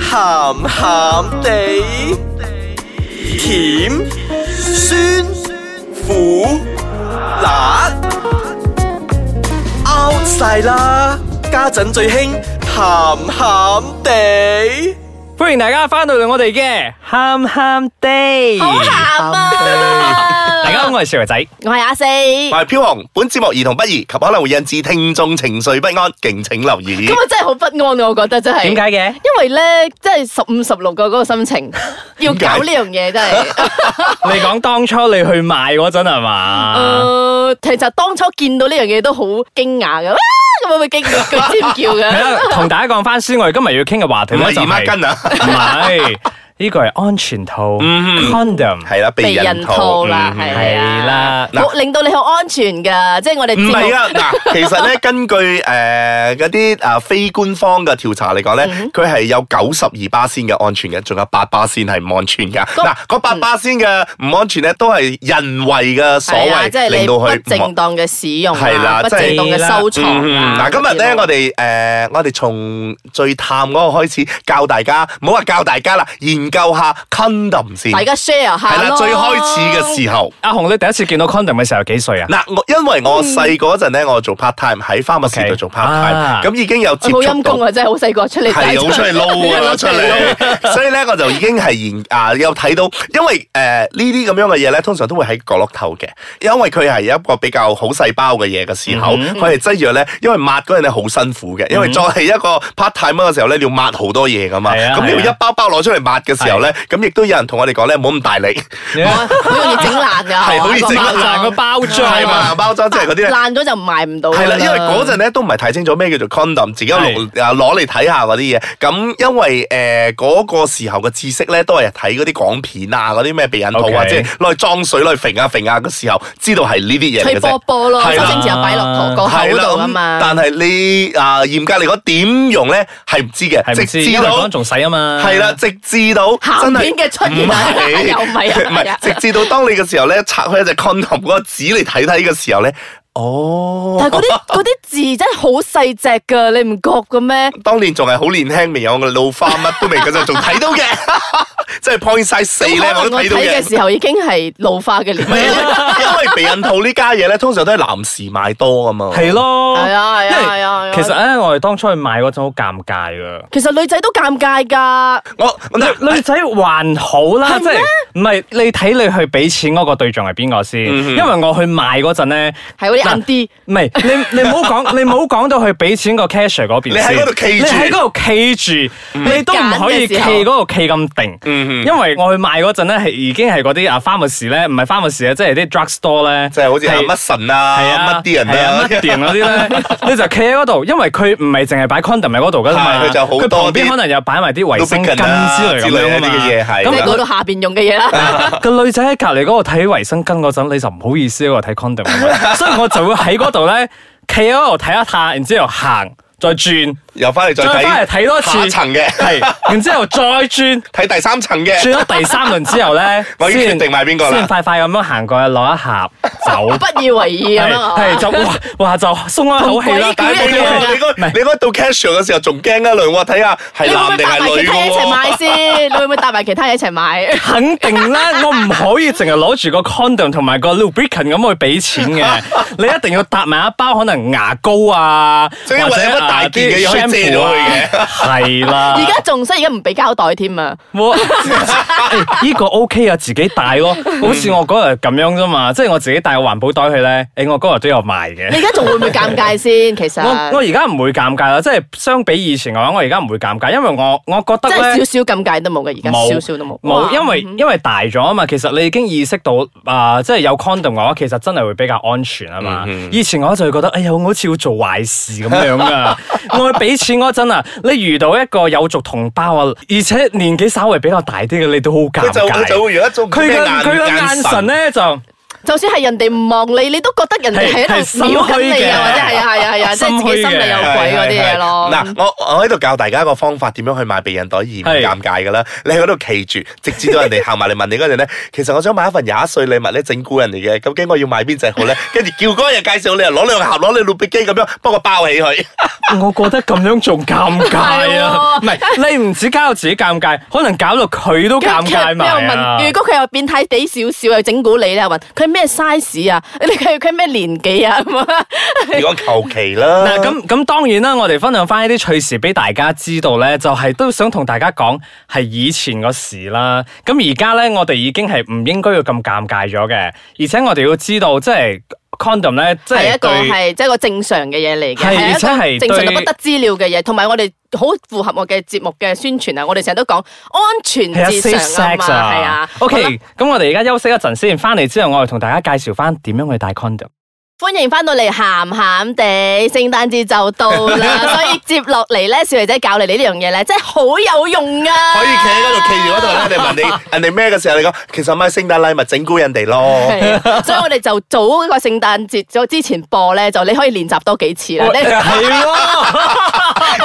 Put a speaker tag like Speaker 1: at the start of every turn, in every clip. Speaker 1: 鹹鹹地，甜酸苦辣 out 晒啦！家陣最興鹹鹹地。
Speaker 2: 歡迎大家翻到嚟我哋嘅
Speaker 3: 啊
Speaker 2: 鹹鹹地，
Speaker 4: 好鹹啊！
Speaker 2: 大
Speaker 3: 啊
Speaker 2: 家好，我係小肥仔。
Speaker 4: 我係阿四，
Speaker 3: 我係飄紅，本節目兒童不宜及可能會引致聽眾情緒不安，敬請留意
Speaker 4: 今。日真係好不安啊！我覺得真係
Speaker 2: 點解？ 嘅？
Speaker 4: 因為咧，真係十五十六個嗰個心情，要搞呢樣嘢真 係。
Speaker 2: 你講當初你去買嗰陣係
Speaker 3: 哦
Speaker 2: 嘛？
Speaker 4: 誒，呃其實當初見到呢樣嘢都好驚訝嘅，哇咁樣會 驚佢尖叫
Speaker 2: 係
Speaker 4: 嘅。
Speaker 2: 啦，同大家講翻先，我哋今日要傾嘅話題
Speaker 3: 唔
Speaker 2: 咧
Speaker 3: 係
Speaker 2: 就
Speaker 3: 姨媽
Speaker 2: 係
Speaker 3: 巾啊，
Speaker 2: 唔係呢個係安全套 condom，
Speaker 3: 嗯係啦，避
Speaker 4: 避
Speaker 3: 孕
Speaker 4: 孕套
Speaker 3: 套
Speaker 4: 啦，
Speaker 3: 嗯
Speaker 4: 係
Speaker 2: 係
Speaker 4: 啊
Speaker 2: 啦，
Speaker 4: 冇令到你好安全噶，即係我哋節
Speaker 3: 唔
Speaker 4: 目
Speaker 3: 係啊，嗱， 其實咧，根據誒嗰啲誒非官方嘅調查嚟講咧，
Speaker 4: 嗯
Speaker 3: 佢係有九十二巴仙嘅安全嘅，仲有八巴仙係唔安全嘅。
Speaker 4: 咁嗯
Speaker 3: 嗱，嗰八巴仙嘅唔安全咧，都係人為嘅所
Speaker 4: 係啊即
Speaker 3: 謂
Speaker 4: 係你
Speaker 3: 令到佢
Speaker 4: 不
Speaker 3: 唔
Speaker 4: 正當嘅使用
Speaker 3: 係
Speaker 4: 啊，
Speaker 3: 啦
Speaker 4: 不
Speaker 3: 即
Speaker 4: 正
Speaker 3: 係
Speaker 4: 當嘅收藏
Speaker 3: 嗯
Speaker 4: 啊。
Speaker 3: 嗱，今日
Speaker 4: 嗰啲
Speaker 3: 咧
Speaker 4: 咯
Speaker 3: 我哋誒、呃我哋從最探嗰個開始教大家，唔好話教大家啦，研究下 condom 先。
Speaker 4: 大家 share 下
Speaker 3: 係啦，
Speaker 4: 咯
Speaker 3: 最開始嘅時候。
Speaker 2: 阿紅，你第一次見到 condom 嘅時候幾歲啊？
Speaker 3: 嗱，我因為我
Speaker 4: 嗯
Speaker 3: 細個嗰陣咧，我做 part time 喺花木市
Speaker 2: OK
Speaker 3: 度做 part time，
Speaker 2: 啊
Speaker 3: 咁已經有接
Speaker 4: 佢好
Speaker 3: 觸
Speaker 4: 陰
Speaker 3: 到
Speaker 4: 公，啊！真係好細個出嚟，
Speaker 3: 係好出嚟 撈啊出嚟，所以咧我就已經係研啊有睇到，因為誒呢啲咁樣嘅嘢咧，通常都會喺角落頭嘅，因為佢係一個比較好細包嘅嘢嘅時候，佢係擠住咧，因為抹嗰陣咧好辛苦嘅，因為作係一個 part time 嘅時候咧，你要抹好多嘢噶嘛，
Speaker 2: 係啊
Speaker 3: 咁你
Speaker 2: 係
Speaker 3: 要
Speaker 2: 啊
Speaker 3: 一包包攞出嚟抹嘅時候咧，咁亦都有人同我哋講咧，唔好咁大力，
Speaker 4: 好容易整爛㗎，
Speaker 3: 係好容易整爛
Speaker 4: 個包
Speaker 2: 嗱個包
Speaker 4: 裝
Speaker 2: 裝
Speaker 3: 啊
Speaker 2: 啊
Speaker 3: 係嘛包裝即係嗰啲咧。
Speaker 4: 爛咗就賣唔到㗎
Speaker 3: 係啦，
Speaker 4: 啦。
Speaker 3: 因為嗰陣咧都唔係太清楚咩叫做 condom，自己有攞啊攞嚟睇下嗰啲嘢。咁因為誒嗰個時候嘅知識咧，都係睇嗰啲港片啊，嗰啲咩避孕套啊，
Speaker 2: OK
Speaker 3: 即係攞嚟裝水、攞嚟揈啊揈啊嘅時候，知道係呢啲嘢嚟
Speaker 4: 吹
Speaker 3: 嘅
Speaker 4: 波
Speaker 3: 啫。
Speaker 4: 波咯，
Speaker 3: 係
Speaker 4: 周
Speaker 3: 啦
Speaker 4: 星馳又擺落頭個口
Speaker 3: 係啦
Speaker 4: 度啊
Speaker 3: 咁
Speaker 4: 嘛。
Speaker 3: 但係你啊嚴格嚟講點用咧係唔知嘅，
Speaker 2: 係
Speaker 3: 直
Speaker 2: 唔知，
Speaker 3: 至
Speaker 2: 因為嗰
Speaker 3: 到
Speaker 2: 陣仲細啊嘛。
Speaker 3: 係啦，直至到真
Speaker 4: 鹹
Speaker 3: 係
Speaker 4: 片嘅出現啊
Speaker 3: 唔係
Speaker 4: 又唔係啊
Speaker 3: 唔
Speaker 4: 係
Speaker 3: 係
Speaker 4: 啊
Speaker 3: 直至到當你嘅時候咧，拆開一隻 condom 嗰個紙嚟睇睇嘅時候咧，哦，
Speaker 4: 但係嗰 啲嗰啲字真係好細隻㗎，你唔覺嘅咩？
Speaker 3: 當年仲係好年輕，未有我嘅老花乜都未嗰陣，仲睇到嘅，即係 point 晒四咧，
Speaker 4: 咁可
Speaker 3: 我
Speaker 4: 能
Speaker 3: 都
Speaker 4: 我
Speaker 3: 睇
Speaker 4: 睇
Speaker 3: 到嘅
Speaker 4: 嘅。時候已經係老化 嘅年
Speaker 3: 唔係因為
Speaker 4: 紀啦。
Speaker 3: 因為避孕套呢家嘢咧，通常都係男士買多啊嘛。
Speaker 2: 係咯，
Speaker 4: 係啊係啊
Speaker 2: 因為
Speaker 4: 係啊係啊
Speaker 2: 其實咧，我哋當初去買嗰陣好尷尬噶。
Speaker 4: 其實女仔都尷尬㗎，
Speaker 3: 我嗱
Speaker 2: 女仔還好啦，即係唔係你睇你去俾錢嗰個對象係邊個先？因
Speaker 3: 嗯
Speaker 2: 為我去買嗰陣咧，
Speaker 4: 係嗰啲硬啲。
Speaker 2: 唔係你你唔好 講，你唔好講到去俾錢個 cashier 嗰邊
Speaker 3: 你喺
Speaker 2: 先
Speaker 3: 嗰度企住嗯
Speaker 2: 你喺嗰度企住，你都唔可以企嗰度企咁定。因為我去買嗰陣咧係已經係嗰啲啊花木士咧，唔係花木士啊，即係啲 drug store 咧，
Speaker 3: 即係好似係乜神
Speaker 2: 係啊，
Speaker 3: 啊，乜啲人
Speaker 2: 係
Speaker 3: 啊
Speaker 2: 啊，，乜電嗰啲咧，你就企喺嗰度，因為佢唔係淨係擺 condom 喺嗰度噶嘛，
Speaker 3: 係佢就好多
Speaker 2: 旁邊
Speaker 3: 啲
Speaker 2: 可能又擺埋啲衛生巾
Speaker 3: lubricant 啊
Speaker 2: 之類咁樣啊嘛
Speaker 3: 之類呢啲嘅嘢係
Speaker 4: 即係
Speaker 2: 咁
Speaker 4: 嗰度下邊用嘅嘢
Speaker 3: 啊
Speaker 4: 啦，
Speaker 2: 個女仔喺隔離嗰度睇衛生巾嗰陣，你就唔好意思喺嗰度睇 condom，啊 嘛所以我就會喺嗰度咧，企喺嗰度睇一下，然之後行，再轉，
Speaker 3: 又翻嚟再
Speaker 2: 再翻嚟
Speaker 3: 睇
Speaker 2: 睇多次
Speaker 3: 下一層嘅，
Speaker 2: 係，然之後再轉。
Speaker 3: 睇第三層嘅，
Speaker 2: 轉咗第三輪之後咧，
Speaker 3: 我已經
Speaker 2: 先
Speaker 3: 決定買邊個啦
Speaker 2: 先快快咁樣行過去攞一盒 走，
Speaker 4: 不以為意咁樣啊
Speaker 2: 係係就哇哇就鬆一口氣啦
Speaker 4: 同鬼，
Speaker 3: 但係你
Speaker 4: 佢哋
Speaker 3: 你嗰
Speaker 2: 唔係
Speaker 3: 你嗰到 cashier 嘅時候仲驚啊，兩我睇下
Speaker 4: 你
Speaker 3: 係
Speaker 4: 會唔
Speaker 3: 男
Speaker 4: 會帶
Speaker 3: 定
Speaker 4: 埋
Speaker 3: 係
Speaker 4: 其
Speaker 3: 女
Speaker 4: 他嘢一齊
Speaker 3: 喎。
Speaker 4: 買先？你會唔會帶埋其他嘢一齊買？
Speaker 2: 肯定啦，我唔可以淨係攞住個 condom 同埋個 lubricant 咁去俾錢 嘅，你一定要搭埋一包可能牙膏啊，
Speaker 3: 所以
Speaker 2: 或者
Speaker 3: 有乜大
Speaker 2: 啊
Speaker 3: 件嘅嘢可以
Speaker 2: 啲
Speaker 3: 借
Speaker 2: shampoo
Speaker 3: 咗
Speaker 2: 啊
Speaker 3: 佢
Speaker 2: 係啦。
Speaker 4: 而家仲衰，而家唔俾膠袋添啊！
Speaker 2: 我誒呢個 OK 啊，自己帶咯，
Speaker 4: 嗯
Speaker 2: 好似我嗰日咁樣啫嘛，即係我自己帶個環保袋去咧，誒我嗰日都有賣嘅
Speaker 4: 你。而家仲會唔會尷尬先？其
Speaker 2: 我我
Speaker 4: 實
Speaker 2: 而家唔會尷尬啦，即係相比以前嘅話，我而家唔會尷尬，因為我我覺得
Speaker 4: 真係
Speaker 2: 咧
Speaker 4: 少少尷尬都冇嘅，而家少少都冇。哇嗯
Speaker 2: 冇，因為因為大咗啊嘛，其實你已經意識到啊、即係有 condom 嘅話，其實真係會比較安全啊嘛。
Speaker 3: 嗯
Speaker 2: 以前我就會覺得，哎呀，我好似要做壞事咁樣 啊！我去俾錢嗰陣啊，你遇到一個有族同胞啊，而且年紀稍微比較大啲嘅，你都好尷
Speaker 3: 佢就佢就
Speaker 2: 尬。
Speaker 3: 會有一種
Speaker 2: 佢嘅
Speaker 3: 咩
Speaker 2: 佢嘅眼神咧就。
Speaker 4: 就算係人哋唔望你，你都覺得人哋係喺
Speaker 2: 係係
Speaker 4: 度瞄緊你啊，或者係啊係啊係啊，即係自己心裏 有鬼嗰啲嘢咯。
Speaker 3: 嗱，我我喺度教大家一個方法，點樣去買避孕袋而唔
Speaker 2: 係
Speaker 3: 尷尬噶啦。你喺度企住，直至到人哋行埋嚟問你嗰陣咧， 其實我想買一份廿一歲禮物咧，整蠱人哋嘅。究竟我要買邊隻 好咧？跟住叫嗰個人介紹你，又攞兩個盒，攞你六壁機咁樣，幫我 包起佢。
Speaker 2: 我覺得咁樣仲尷尬啊！
Speaker 4: 係喎
Speaker 2: 唔係你唔止搞到自己尷尬，可能搞到佢都尷尬埋
Speaker 4: 跟住佢
Speaker 2: 啊
Speaker 4: 又問，！如果佢又變態地少少，又整蠱你咧，又問佢咩 size 啊？ 你佢佢咩年紀啊？咁啊
Speaker 3: 如果求其啦，
Speaker 2: 嗱咁咁當然啦，我哋分享翻一啲趣事俾大家知道咧，就係、都想同大家講係以前個事啦。咁而家咧，我哋已經係唔應該要咁尷尬咗嘅，而且我哋要知道，即係 condom 咧，即
Speaker 4: 係
Speaker 2: 係
Speaker 4: 一個
Speaker 2: 對
Speaker 4: 係即係一個正常嘅嘢嚟嘅，
Speaker 2: 係而且
Speaker 4: 係
Speaker 2: 係
Speaker 4: 一個正常
Speaker 2: 對
Speaker 4: 到不得資料嘅嘢，同埋我哋好符合我嘅節目嘅宣傳啊！我哋成日都講安全
Speaker 2: 係啊
Speaker 4: 至上啊嘛，係啊。好啦
Speaker 2: ，OK，咁我哋而家休息一陣先，翻嚟之後我哋同大家介紹翻點樣去戴 condom。
Speaker 4: 歡迎翻到嚟，咸咸地，聖誕節就到 啦，所以接落嚟咧，少女仔教你呢樣嘢咧，真係好有用啊！
Speaker 3: 可以 企喺嗰度，企住嗰度咧，人哋 問你人哋咩嘅時候，你講其實買聖誕禮物整蠱人哋咯。
Speaker 4: 係啊所以我哋就早一個聖誕節咗之前播咧，就你可以練習多幾次啦。你
Speaker 2: 係咯，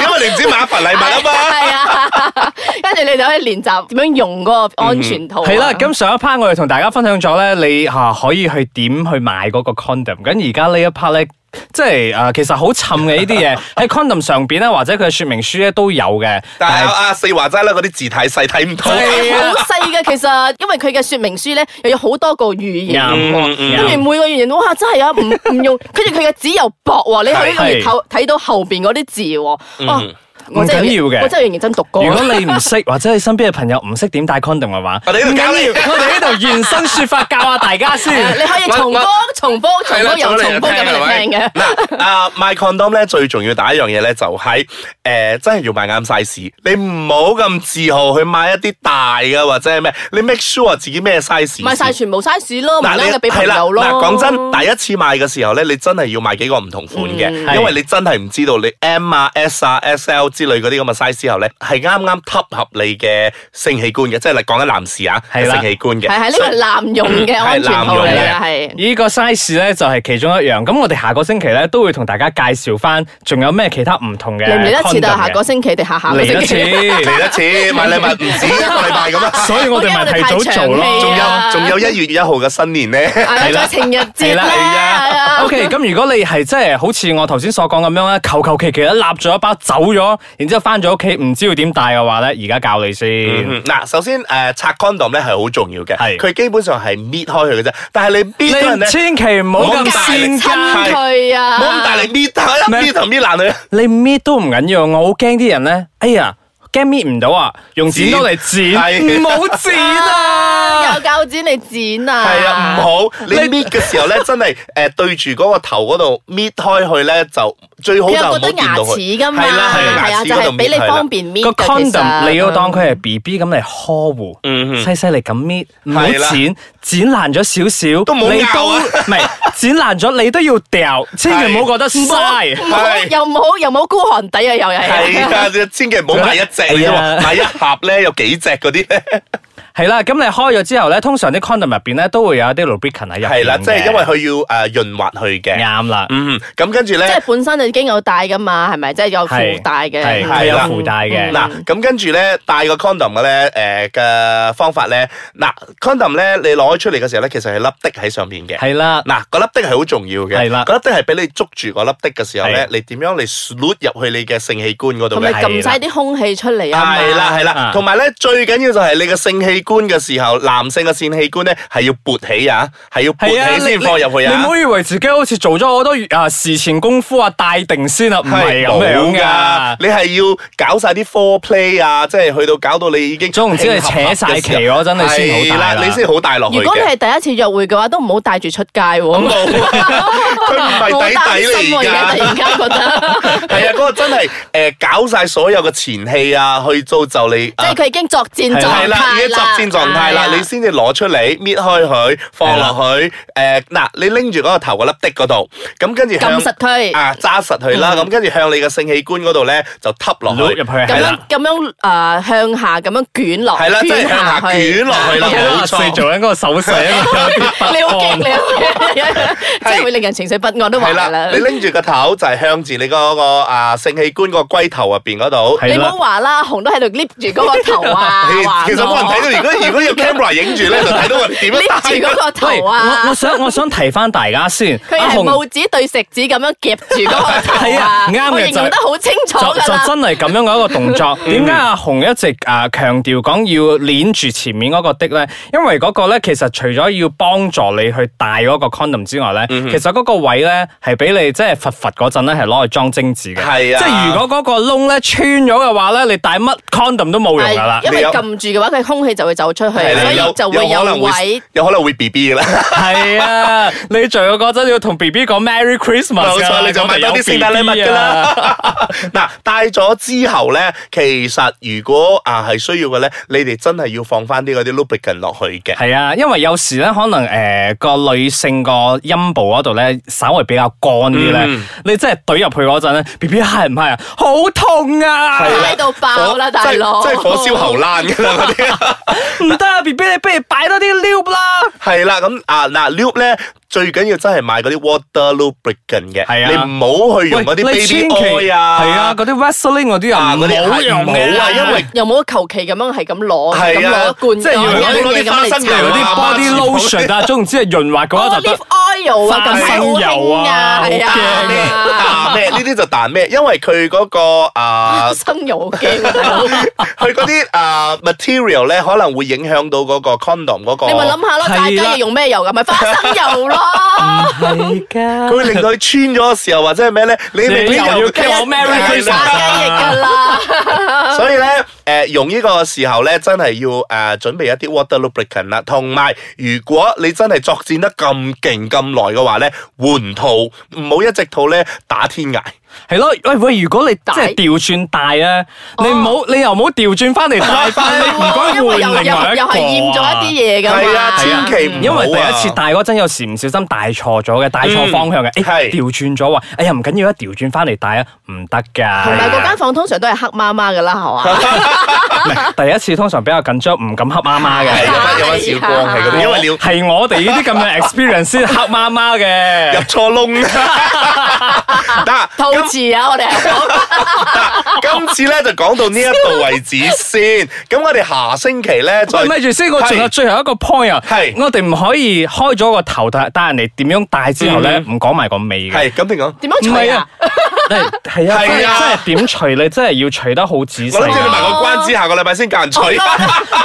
Speaker 3: 因為你唔知買一份禮物啊嘛。
Speaker 4: 係啊， 跟住你就可以練習點樣用嗰個安全套啊。
Speaker 2: 嗯係啦。咁上一 part 我哋同大家分享咗咧，你嚇可以去點去買嗰個 condom。咁而家呢一 part 咧。即係誒、呃其實好沉嘅呢啲 嘢喺 condom 上邊咧，或者佢嘅說明書咧都有嘅。
Speaker 3: 但係阿阿四話齋啦，嗰啲字太細睇唔到。
Speaker 2: 係啊
Speaker 4: 好細嘅，其實因為佢嘅說明書咧，又有好多個語言
Speaker 2: 啱
Speaker 4: 喎，
Speaker 2: 啱
Speaker 4: 跟住每個語言哇，真係啊，唔 唔用，跟住佢嘅紙又薄喎，你可以
Speaker 2: 係
Speaker 4: 可以透睇到後邊嗰啲字喎，哇！我真係
Speaker 2: 唔緊要嘅
Speaker 4: 我真係認真讀過。
Speaker 2: 如果你唔識或者你身邊嘅朋友唔識點戴 condom 嘅話，
Speaker 3: 我哋呢度
Speaker 2: 唔緊
Speaker 3: 教你
Speaker 2: 要，我哋呢度現身說法教下大家 先。
Speaker 4: 你可以重
Speaker 3: 我
Speaker 4: 複、重複、重
Speaker 3: 係啦
Speaker 4: 複又
Speaker 3: 做
Speaker 4: 重
Speaker 3: 嚟
Speaker 4: 複咁嚟聽嘅。
Speaker 3: 嗱，啊買 condom 咧最重要第一樣嘢咧就係、呃真係要買啱 size，你唔好咁自豪去買一啲大嘅或者係咩，你 make sure 自己咩 size。
Speaker 4: 買晒全部 size 咯，唔啱嘅俾朋友咯。
Speaker 3: 嗱，講真，第一次買嘅時候咧，你真係要買幾個唔同款
Speaker 4: 嗯
Speaker 3: 嘅，
Speaker 2: 係
Speaker 3: 因為你真係唔知道你 M 啊、S 啊、SL 之類嗰啲咁嘅 size 之後咧，係啱啱吸合你嘅性器官嘅，即係講緊男士啊，
Speaker 2: 係啦
Speaker 3: 性器官嘅。
Speaker 4: 係係呢個係濫用嘅安全套嚟
Speaker 3: 係
Speaker 4: 嘅，係。
Speaker 2: 呢個 size 咧就係其中一樣，咁我哋下個星期咧都會同大家介紹翻，仲有咩其他唔同嘅 condom 嘅。
Speaker 4: 嚟唔嚟得切啊？下個星期定下下個
Speaker 2: 嚟
Speaker 4: 星
Speaker 2: 一次
Speaker 4: 期？，啊
Speaker 3: 嚟一次買禮物唔止一個禮 拜咁啊！
Speaker 2: 所以我哋咪提早做咯。
Speaker 3: 仲
Speaker 4: 係
Speaker 3: 有
Speaker 4: 啊
Speaker 3: 仲有一月一號嘅新年咧，
Speaker 4: 係啦，情人節啦，係啊
Speaker 2: O K，咁如果你係即係好似我頭先所講咁樣咧，啊求求其其一立咗一包走咗，然之後翻咗屋企唔知要點戴嘅話咧，而家教你先。
Speaker 3: 嗯嗱，首先誒拆 condom 咧係好重要嘅，
Speaker 2: 係
Speaker 3: 佢基本上係搣開佢嘅啫，但係你搣嗰陣
Speaker 2: 你
Speaker 3: 咧，
Speaker 2: 千祈唔好咁
Speaker 3: 唔
Speaker 2: 先
Speaker 3: 好咁大力
Speaker 2: 㗎，
Speaker 4: 親佢啊！
Speaker 3: 冇咁大力搣佢，
Speaker 2: 咩
Speaker 3: 一搣就搣爛佢。
Speaker 2: 你啊搣都唔緊要，我好驚啲人咧，哎呀，驚搣唔到啊，用剪刀嚟
Speaker 3: 係
Speaker 2: 剪，唔好剪啊！
Speaker 4: 有鉸剪嚟剪啊！
Speaker 3: 係啊，唔好你搣嘅 時候咧，真係誒對住嗰個頭嗰度搣開佢咧，就最好
Speaker 4: 佢
Speaker 3: 就
Speaker 4: 又
Speaker 3: 唔好
Speaker 4: 覺得
Speaker 3: 見
Speaker 4: 牙
Speaker 3: 到佢。
Speaker 4: 齒噶嘛，
Speaker 3: 係啦，係
Speaker 4: 係
Speaker 3: 牙
Speaker 4: 啊，
Speaker 3: 齒
Speaker 4: 就
Speaker 3: 嗰度
Speaker 4: 係俾你
Speaker 3: 搣佢啦
Speaker 4: 方便搣
Speaker 2: 個
Speaker 4: 嘅。
Speaker 2: condom 你要當
Speaker 4: 係
Speaker 2: 佢係 B B 咁嚟呵護，
Speaker 3: 嗯哼
Speaker 2: 細細力咁搣，唔好
Speaker 3: 係啦
Speaker 2: 剪，剪爛咗少少，
Speaker 3: 都冇
Speaker 2: 你
Speaker 3: 咬啊
Speaker 2: 唔係剪爛咗你都要掉， 千祈唔好覺得嘥。
Speaker 4: 唔好
Speaker 3: 係
Speaker 4: 又唔好又冇孤寒底啊！又 係
Speaker 3: 係啊，千祈唔好買一隻
Speaker 2: 係
Speaker 3: 啫
Speaker 2: 啊
Speaker 3: 喎，買一盒咧有幾隻嗰啲咧。
Speaker 2: 係啦，咁你開咗之後咧，通常啲 condom 入邊咧都會有一啲 lubricant 喺入邊嘅
Speaker 3: 係啦，即係因為佢要誒呃潤滑佢嘅。
Speaker 2: 啱啦，
Speaker 3: 嗯，咁跟
Speaker 4: 即
Speaker 3: 住
Speaker 4: 係
Speaker 3: 咧。
Speaker 4: 本身就已經有帶噶嘛，係咪？即係有
Speaker 2: 係
Speaker 4: 附帶
Speaker 2: 係
Speaker 4: 嘅。
Speaker 2: 係有
Speaker 3: 係啦
Speaker 2: 附帶嘅。
Speaker 3: 嗱，咁跟住咧，戴個 condom 嘅咧，誒嘅方法咧，嗱，condom 咧，你攞出嚟嘅時候咧，其實係粒滴喺上邊嘅。
Speaker 2: 係啦，
Speaker 3: 嗱，個粒滴係好重要嘅。
Speaker 2: 係啦
Speaker 3: 個粒滴係俾你捉住個粒滴嘅時候咧
Speaker 2: 係，
Speaker 3: 你點樣你 slot 入去你嘅性器官嗰度
Speaker 4: 同
Speaker 3: 嘅
Speaker 4: 埋。撳晒啲空氣出嚟啊嘛！
Speaker 3: 係啦係
Speaker 2: 啊
Speaker 3: 啦，同埋咧最緊要就係你嘅性器官嘅時候，男性嘅性器官咧係要勃起啊，係要勃
Speaker 2: 係啊，
Speaker 3: 起先放入
Speaker 2: 你
Speaker 3: 去
Speaker 2: 你唔
Speaker 3: 啊。
Speaker 2: 好以為自己好似做咗好多啊事前功夫啊，戴定先啊，唔係咁樣
Speaker 3: 冇㗎
Speaker 2: 㗎。
Speaker 3: 你係要搞晒啲 foreplay 啊，即係去到搞到你已經
Speaker 2: 總言之你扯晒旗嗰陣你先好戴啦
Speaker 3: 係你先好戴落去
Speaker 4: 如果你係
Speaker 3: 嘅。
Speaker 4: 第一次約會嘅話，都唔好帶住出街喎。
Speaker 3: 冇， 佢唔
Speaker 4: 好
Speaker 3: 係底
Speaker 4: 擔
Speaker 3: 底
Speaker 4: 心
Speaker 3: 嚟
Speaker 4: 喎，而家突
Speaker 3: 㗎。
Speaker 4: 然間覺得，
Speaker 3: 係啊，嗰個真係誒搞晒所有嘅前戲啊，去到就你
Speaker 4: 即係佢已經作戰
Speaker 3: 係
Speaker 4: 狀
Speaker 3: 啦，已
Speaker 4: 態
Speaker 3: 經作鮮狀態啦
Speaker 4: 係，啊
Speaker 3: 你先至攞出嚟搣開佢，放落去。誒嗱，你拎住嗰個頭個粒的嗰度，咁跟住向
Speaker 4: 撳實佢
Speaker 3: 啊揸實佢啦，咁跟住向你嘅性器官嗰度咧就揼落
Speaker 2: 碌
Speaker 3: 去
Speaker 2: 入去
Speaker 3: 係
Speaker 4: 咁
Speaker 3: 啦
Speaker 4: 樣。咁樣誒向下咁樣捲落，
Speaker 3: 係啦即係
Speaker 4: 捲
Speaker 3: 向下
Speaker 4: 下去啊
Speaker 3: 捲落去啦冇錯
Speaker 2: 四做緊嗰個手勢 啊嘛，有啲不安
Speaker 4: 你好激你好驚，即係會令人情緒不安都話
Speaker 3: 係
Speaker 4: 㗎啦
Speaker 3: 啦，你。拎住個頭就係向住你嗰個啊性器官個龜頭入邊嗰度。哎
Speaker 2: 係
Speaker 4: 你唔
Speaker 2: 啦
Speaker 4: 好話啦，紅都喺度 lift 住嗰個頭 啊，話
Speaker 3: 其實冇人睇到，如果如 果有 camera 影住咧，就睇到我哋點樣打
Speaker 4: 我 lift 住嗰個
Speaker 2: 喂，
Speaker 4: 頭
Speaker 2: 我我
Speaker 4: 啊，
Speaker 2: 想我想提翻大家 先，
Speaker 4: 佢
Speaker 2: 阿
Speaker 4: 係
Speaker 2: 紅
Speaker 4: 拇指對食指咁樣夾住嗰個頭
Speaker 2: 係啊
Speaker 4: 啊，
Speaker 2: 啱嘅
Speaker 4: 我形容
Speaker 2: 就
Speaker 4: 得好清楚
Speaker 2: 就
Speaker 4: 㗎
Speaker 2: 就
Speaker 4: 啦。
Speaker 2: 真係咁樣嘅一個動 作。點解阿紅一直啊強調講要攣住前面嗰個的咧？因為嗰個咧其實除咗要幫助你去戴嗰個 condom 之外咧，
Speaker 3: 嗯
Speaker 2: 其實嗰個位咧係俾你即係佛佛嗰陣咧係攞嚟裝精子嘅。
Speaker 3: 係啊
Speaker 2: 即係如果嗰個窿咧穿咗嘅話咧，你戴乜 condom 都冇用㗎啦
Speaker 4: 係。因為
Speaker 3: 你有
Speaker 4: 撳住嘅話，佢空氣就會走出去，
Speaker 3: 係啦
Speaker 4: 所以就會
Speaker 3: 有可能
Speaker 4: 位
Speaker 3: 會。有可能會 B B 嘅啦。
Speaker 2: 係啊，你仲有嗰陣要同 B B 講 Merry
Speaker 4: 啊
Speaker 2: Christmas
Speaker 3: 冇
Speaker 2: 㗎
Speaker 3: 錯，你就買多啲
Speaker 2: 啊
Speaker 3: 聖誕禮物㗎。啦。 嗱，戴咗之後咧，其實如果啊係需要嘅咧，你哋真係要放翻啲嗰啲 lubricant 落去嘅。
Speaker 2: 係啊，因為有時咧，可能诶个、女性個陰部嗰度咧，稍微比較乾啲咧，
Speaker 3: 嗯
Speaker 2: 你真係懟入去嗰陣咧，B B 係唔係啊？好痛啊！
Speaker 4: 喺度爆啦，
Speaker 3: 火
Speaker 4: 大佬！
Speaker 3: 即係即係火燒喉爛㗎啦嗰啲。
Speaker 2: 唔得啊，B B 你不如擺多啲 lube 啦。
Speaker 3: 係啦，咁啊嗱，lube 咧最緊要真係買嗰啲 water lubricant 嘅，
Speaker 2: 係啊
Speaker 3: 你唔好去用嗰
Speaker 2: 喂
Speaker 3: 啲
Speaker 2: 你
Speaker 3: baby
Speaker 2: 千祈
Speaker 3: oil 啊，
Speaker 2: 係啊，嗰啲 Vaseline 嗰啲啊，
Speaker 3: 啊
Speaker 2: 唔
Speaker 3: 嗰啲
Speaker 2: 好
Speaker 3: 係
Speaker 2: 用
Speaker 3: 唔好
Speaker 2: 嘅
Speaker 3: 啊，因為
Speaker 4: 又冇求其咁樣係咁攞，咁
Speaker 3: 係啊
Speaker 4: 攞罐
Speaker 2: 即係
Speaker 4: 裝
Speaker 2: 以為
Speaker 4: 一樣
Speaker 3: 攞
Speaker 4: 嘢
Speaker 3: 啲
Speaker 4: 咁嚟
Speaker 3: 花生
Speaker 2: 即係嗰
Speaker 3: 油
Speaker 2: 啲
Speaker 3: 啊哦
Speaker 4: 搽
Speaker 2: body lotion 啊，總唔知係潤滑嗰一就得。
Speaker 4: olive oil 啊，咁好
Speaker 2: 花生油
Speaker 4: 興
Speaker 2: 啊
Speaker 4: 啊，係
Speaker 2: 好驚
Speaker 3: 咩
Speaker 4: 啊
Speaker 3: 彈，咩？呢啲就彈咩？因為佢嗰個啊
Speaker 4: 花。生油好驚。
Speaker 3: 佢嗰啲啊 material 咧，可能會影響到嗰個 condom 嗰個，
Speaker 4: 你咪諗下咯，
Speaker 2: 係啦
Speaker 4: 大家要用咩油㗎？咪花生 油咯。
Speaker 2: 係
Speaker 3: 佢
Speaker 2: 㗎。
Speaker 3: 會令到佢穿咗嘅時候，或者係咩咧？你明
Speaker 2: 你
Speaker 3: 明
Speaker 2: 又要
Speaker 4: 你
Speaker 2: 叫我 Merry
Speaker 4: 打雞翼
Speaker 2: Christmas
Speaker 4: 㗎啦，
Speaker 3: 所以咧，誒、用呢個時候咧，真係要誒、準備一啲 water lubricant 啦，同埋如果你真係作戰得咁勁咁耐嘅話咧，換套唔好一直套咧打天涯，
Speaker 2: 係咯，喂喂，如果你即係
Speaker 4: 帶
Speaker 2: 調轉帶咧，你唔
Speaker 3: 哦
Speaker 2: 好你又唔好調轉翻嚟帶翻，你唔
Speaker 4: 因為
Speaker 2: 該
Speaker 4: 又
Speaker 2: 換另
Speaker 4: 又
Speaker 2: 外一個
Speaker 4: 又係驗咗
Speaker 2: 啊
Speaker 4: 一啲嘢㗎
Speaker 3: 係啊
Speaker 4: 嘛。
Speaker 3: 千祈唔好啊
Speaker 2: 因為第一次戴嗰陣，有時唔小心戴錯咗嘅，戴錯方向嘅，
Speaker 3: 嗯
Speaker 2: 誒
Speaker 3: 係
Speaker 2: 調轉咗話，哎呀唔緊要啊，調轉翻嚟戴啊，唔得
Speaker 4: 同埋嗰間
Speaker 2: 㗎。
Speaker 4: 房通常都係黑麻麻㗎啦，係嘛？
Speaker 2: 第一次通常比較緊張，唔敢黑媽媽
Speaker 3: 係
Speaker 2: 嘅。
Speaker 4: 啊
Speaker 3: 有翻有翻小光係嗰啲，因為你要
Speaker 2: 係我哋呢啲咁嘅 experience 先黑媽媽
Speaker 3: 入
Speaker 2: 嘅。
Speaker 3: 錯窿。得
Speaker 4: 套字 啊，我哋係講
Speaker 3: 今次咧就講到呢一度為止先，咁我哋下星期咧再
Speaker 2: 喂，咪住先，我仲有
Speaker 3: 係
Speaker 2: 最後一個 point 啊，
Speaker 3: 係
Speaker 2: 我哋唔可以開咗個頭，但但人哋點樣戴之後咧，
Speaker 3: 嗯
Speaker 2: 唔講埋個尾嘅。
Speaker 3: 係咁點講？
Speaker 4: 點樣
Speaker 2: 唔
Speaker 4: 除
Speaker 2: 係
Speaker 4: 啊
Speaker 2: 啊？，係啊，真
Speaker 3: 係啊
Speaker 2: 係真係點除你真係要除得好仔
Speaker 3: 我諗住你
Speaker 2: 細啊。
Speaker 3: 埋個關子，下個禮拜先教人取。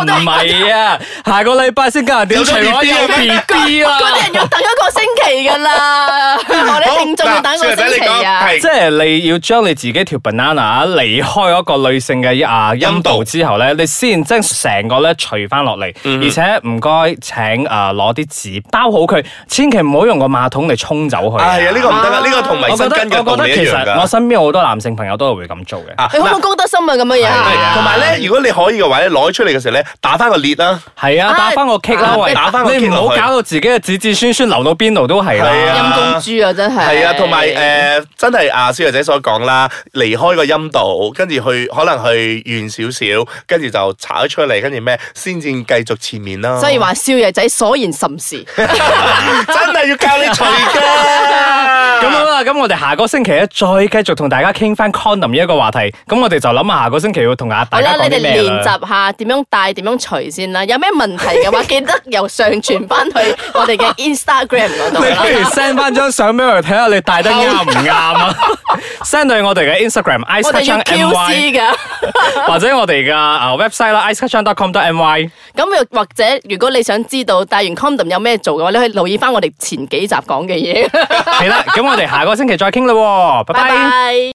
Speaker 2: 唔係啊，下個禮拜先教人點除
Speaker 3: 啊
Speaker 2: 我 有 B B 啊！
Speaker 4: 嗰啲人要等一個星期㗎 啦，我哋聽眾要等一個星期啊。
Speaker 3: 係
Speaker 2: 即係你要將你自己條 banana 啊離開嗰個女性嘅啊陰道之後咧，你先將成個咧除翻落嚟，
Speaker 3: 嗯
Speaker 2: 而且唔該請啊攞啲紙包好佢，千祈唔好用個馬桶嚟沖走佢。
Speaker 3: 哎呀，呢個唔得啊，
Speaker 4: 啊
Speaker 3: 呢個同
Speaker 2: 我
Speaker 3: 衞
Speaker 2: 覺
Speaker 3: 生
Speaker 2: 得
Speaker 3: 巾
Speaker 2: 我
Speaker 3: 嘅
Speaker 2: 覺
Speaker 3: 道
Speaker 2: 得
Speaker 3: 理一
Speaker 2: 其
Speaker 3: 樣
Speaker 2: 實我
Speaker 3: 㗎。
Speaker 2: 身邊好多男性朋友都係會咁做嘅。
Speaker 3: 啊
Speaker 4: 你好冇公德心啊？咁樣
Speaker 2: 係啊
Speaker 4: 嘢，
Speaker 3: 同埋咧，如果你可以嘅話咧，攞出嚟嘅時候咧，打翻個裂啦。
Speaker 2: 係啊，
Speaker 4: 啊
Speaker 2: 打翻個 kick 啦，
Speaker 4: 啊
Speaker 2: 喂，
Speaker 3: 打返個
Speaker 2: 你
Speaker 3: kick
Speaker 2: 唔好
Speaker 3: 落去
Speaker 2: 搞到自己嘅子子孫孫流到邊度都係
Speaker 3: 係
Speaker 2: 啦
Speaker 3: 啊。
Speaker 4: 陰公豬啊，真係。
Speaker 3: 係啊，同埋誒，真係啊，小爺仔所講啦，離開個陰道，跟住去可能去遠少少，跟住就查咗出嚟，跟住咩先至繼續前面啦。
Speaker 4: 所以話少爺仔所言甚是。
Speaker 3: 真係要教你除嘅。
Speaker 2: 咁好啦，咁我哋下個星期咧再繼續同大家傾翻 condom 呢一個話題，咁我哋就諗下下個星期要同阿
Speaker 4: 好
Speaker 2: 大家
Speaker 4: 啦，
Speaker 2: 講
Speaker 4: 你哋
Speaker 2: 啲咩
Speaker 4: 練
Speaker 2: 啦。
Speaker 4: 習下點樣戴、點樣除先啦。有咩問題嘅話，記得由上傳翻去 我哋嘅 Instagram 嗰 度
Speaker 2: 你不如
Speaker 4: 啦。
Speaker 2: send 翻張相俾我哋睇下你戴得啱唔啱啊！send 到去我哋嘅 Instagram i c e
Speaker 4: 我
Speaker 2: k
Speaker 4: 哋
Speaker 2: a c
Speaker 4: 要
Speaker 2: h m y
Speaker 4: QC 噶，
Speaker 2: 或者我哋嘅啊 website 啦 i c e k a c h c o m m y
Speaker 4: 咁又或者如果你想知道戴完 condom 有咩做嘅話，你可以留意翻我哋前幾集講嘅嘢。
Speaker 2: 係啦，咁我哋下個星期再傾啦喎，拜
Speaker 4: 拜
Speaker 2: 拜。
Speaker 4: 拜。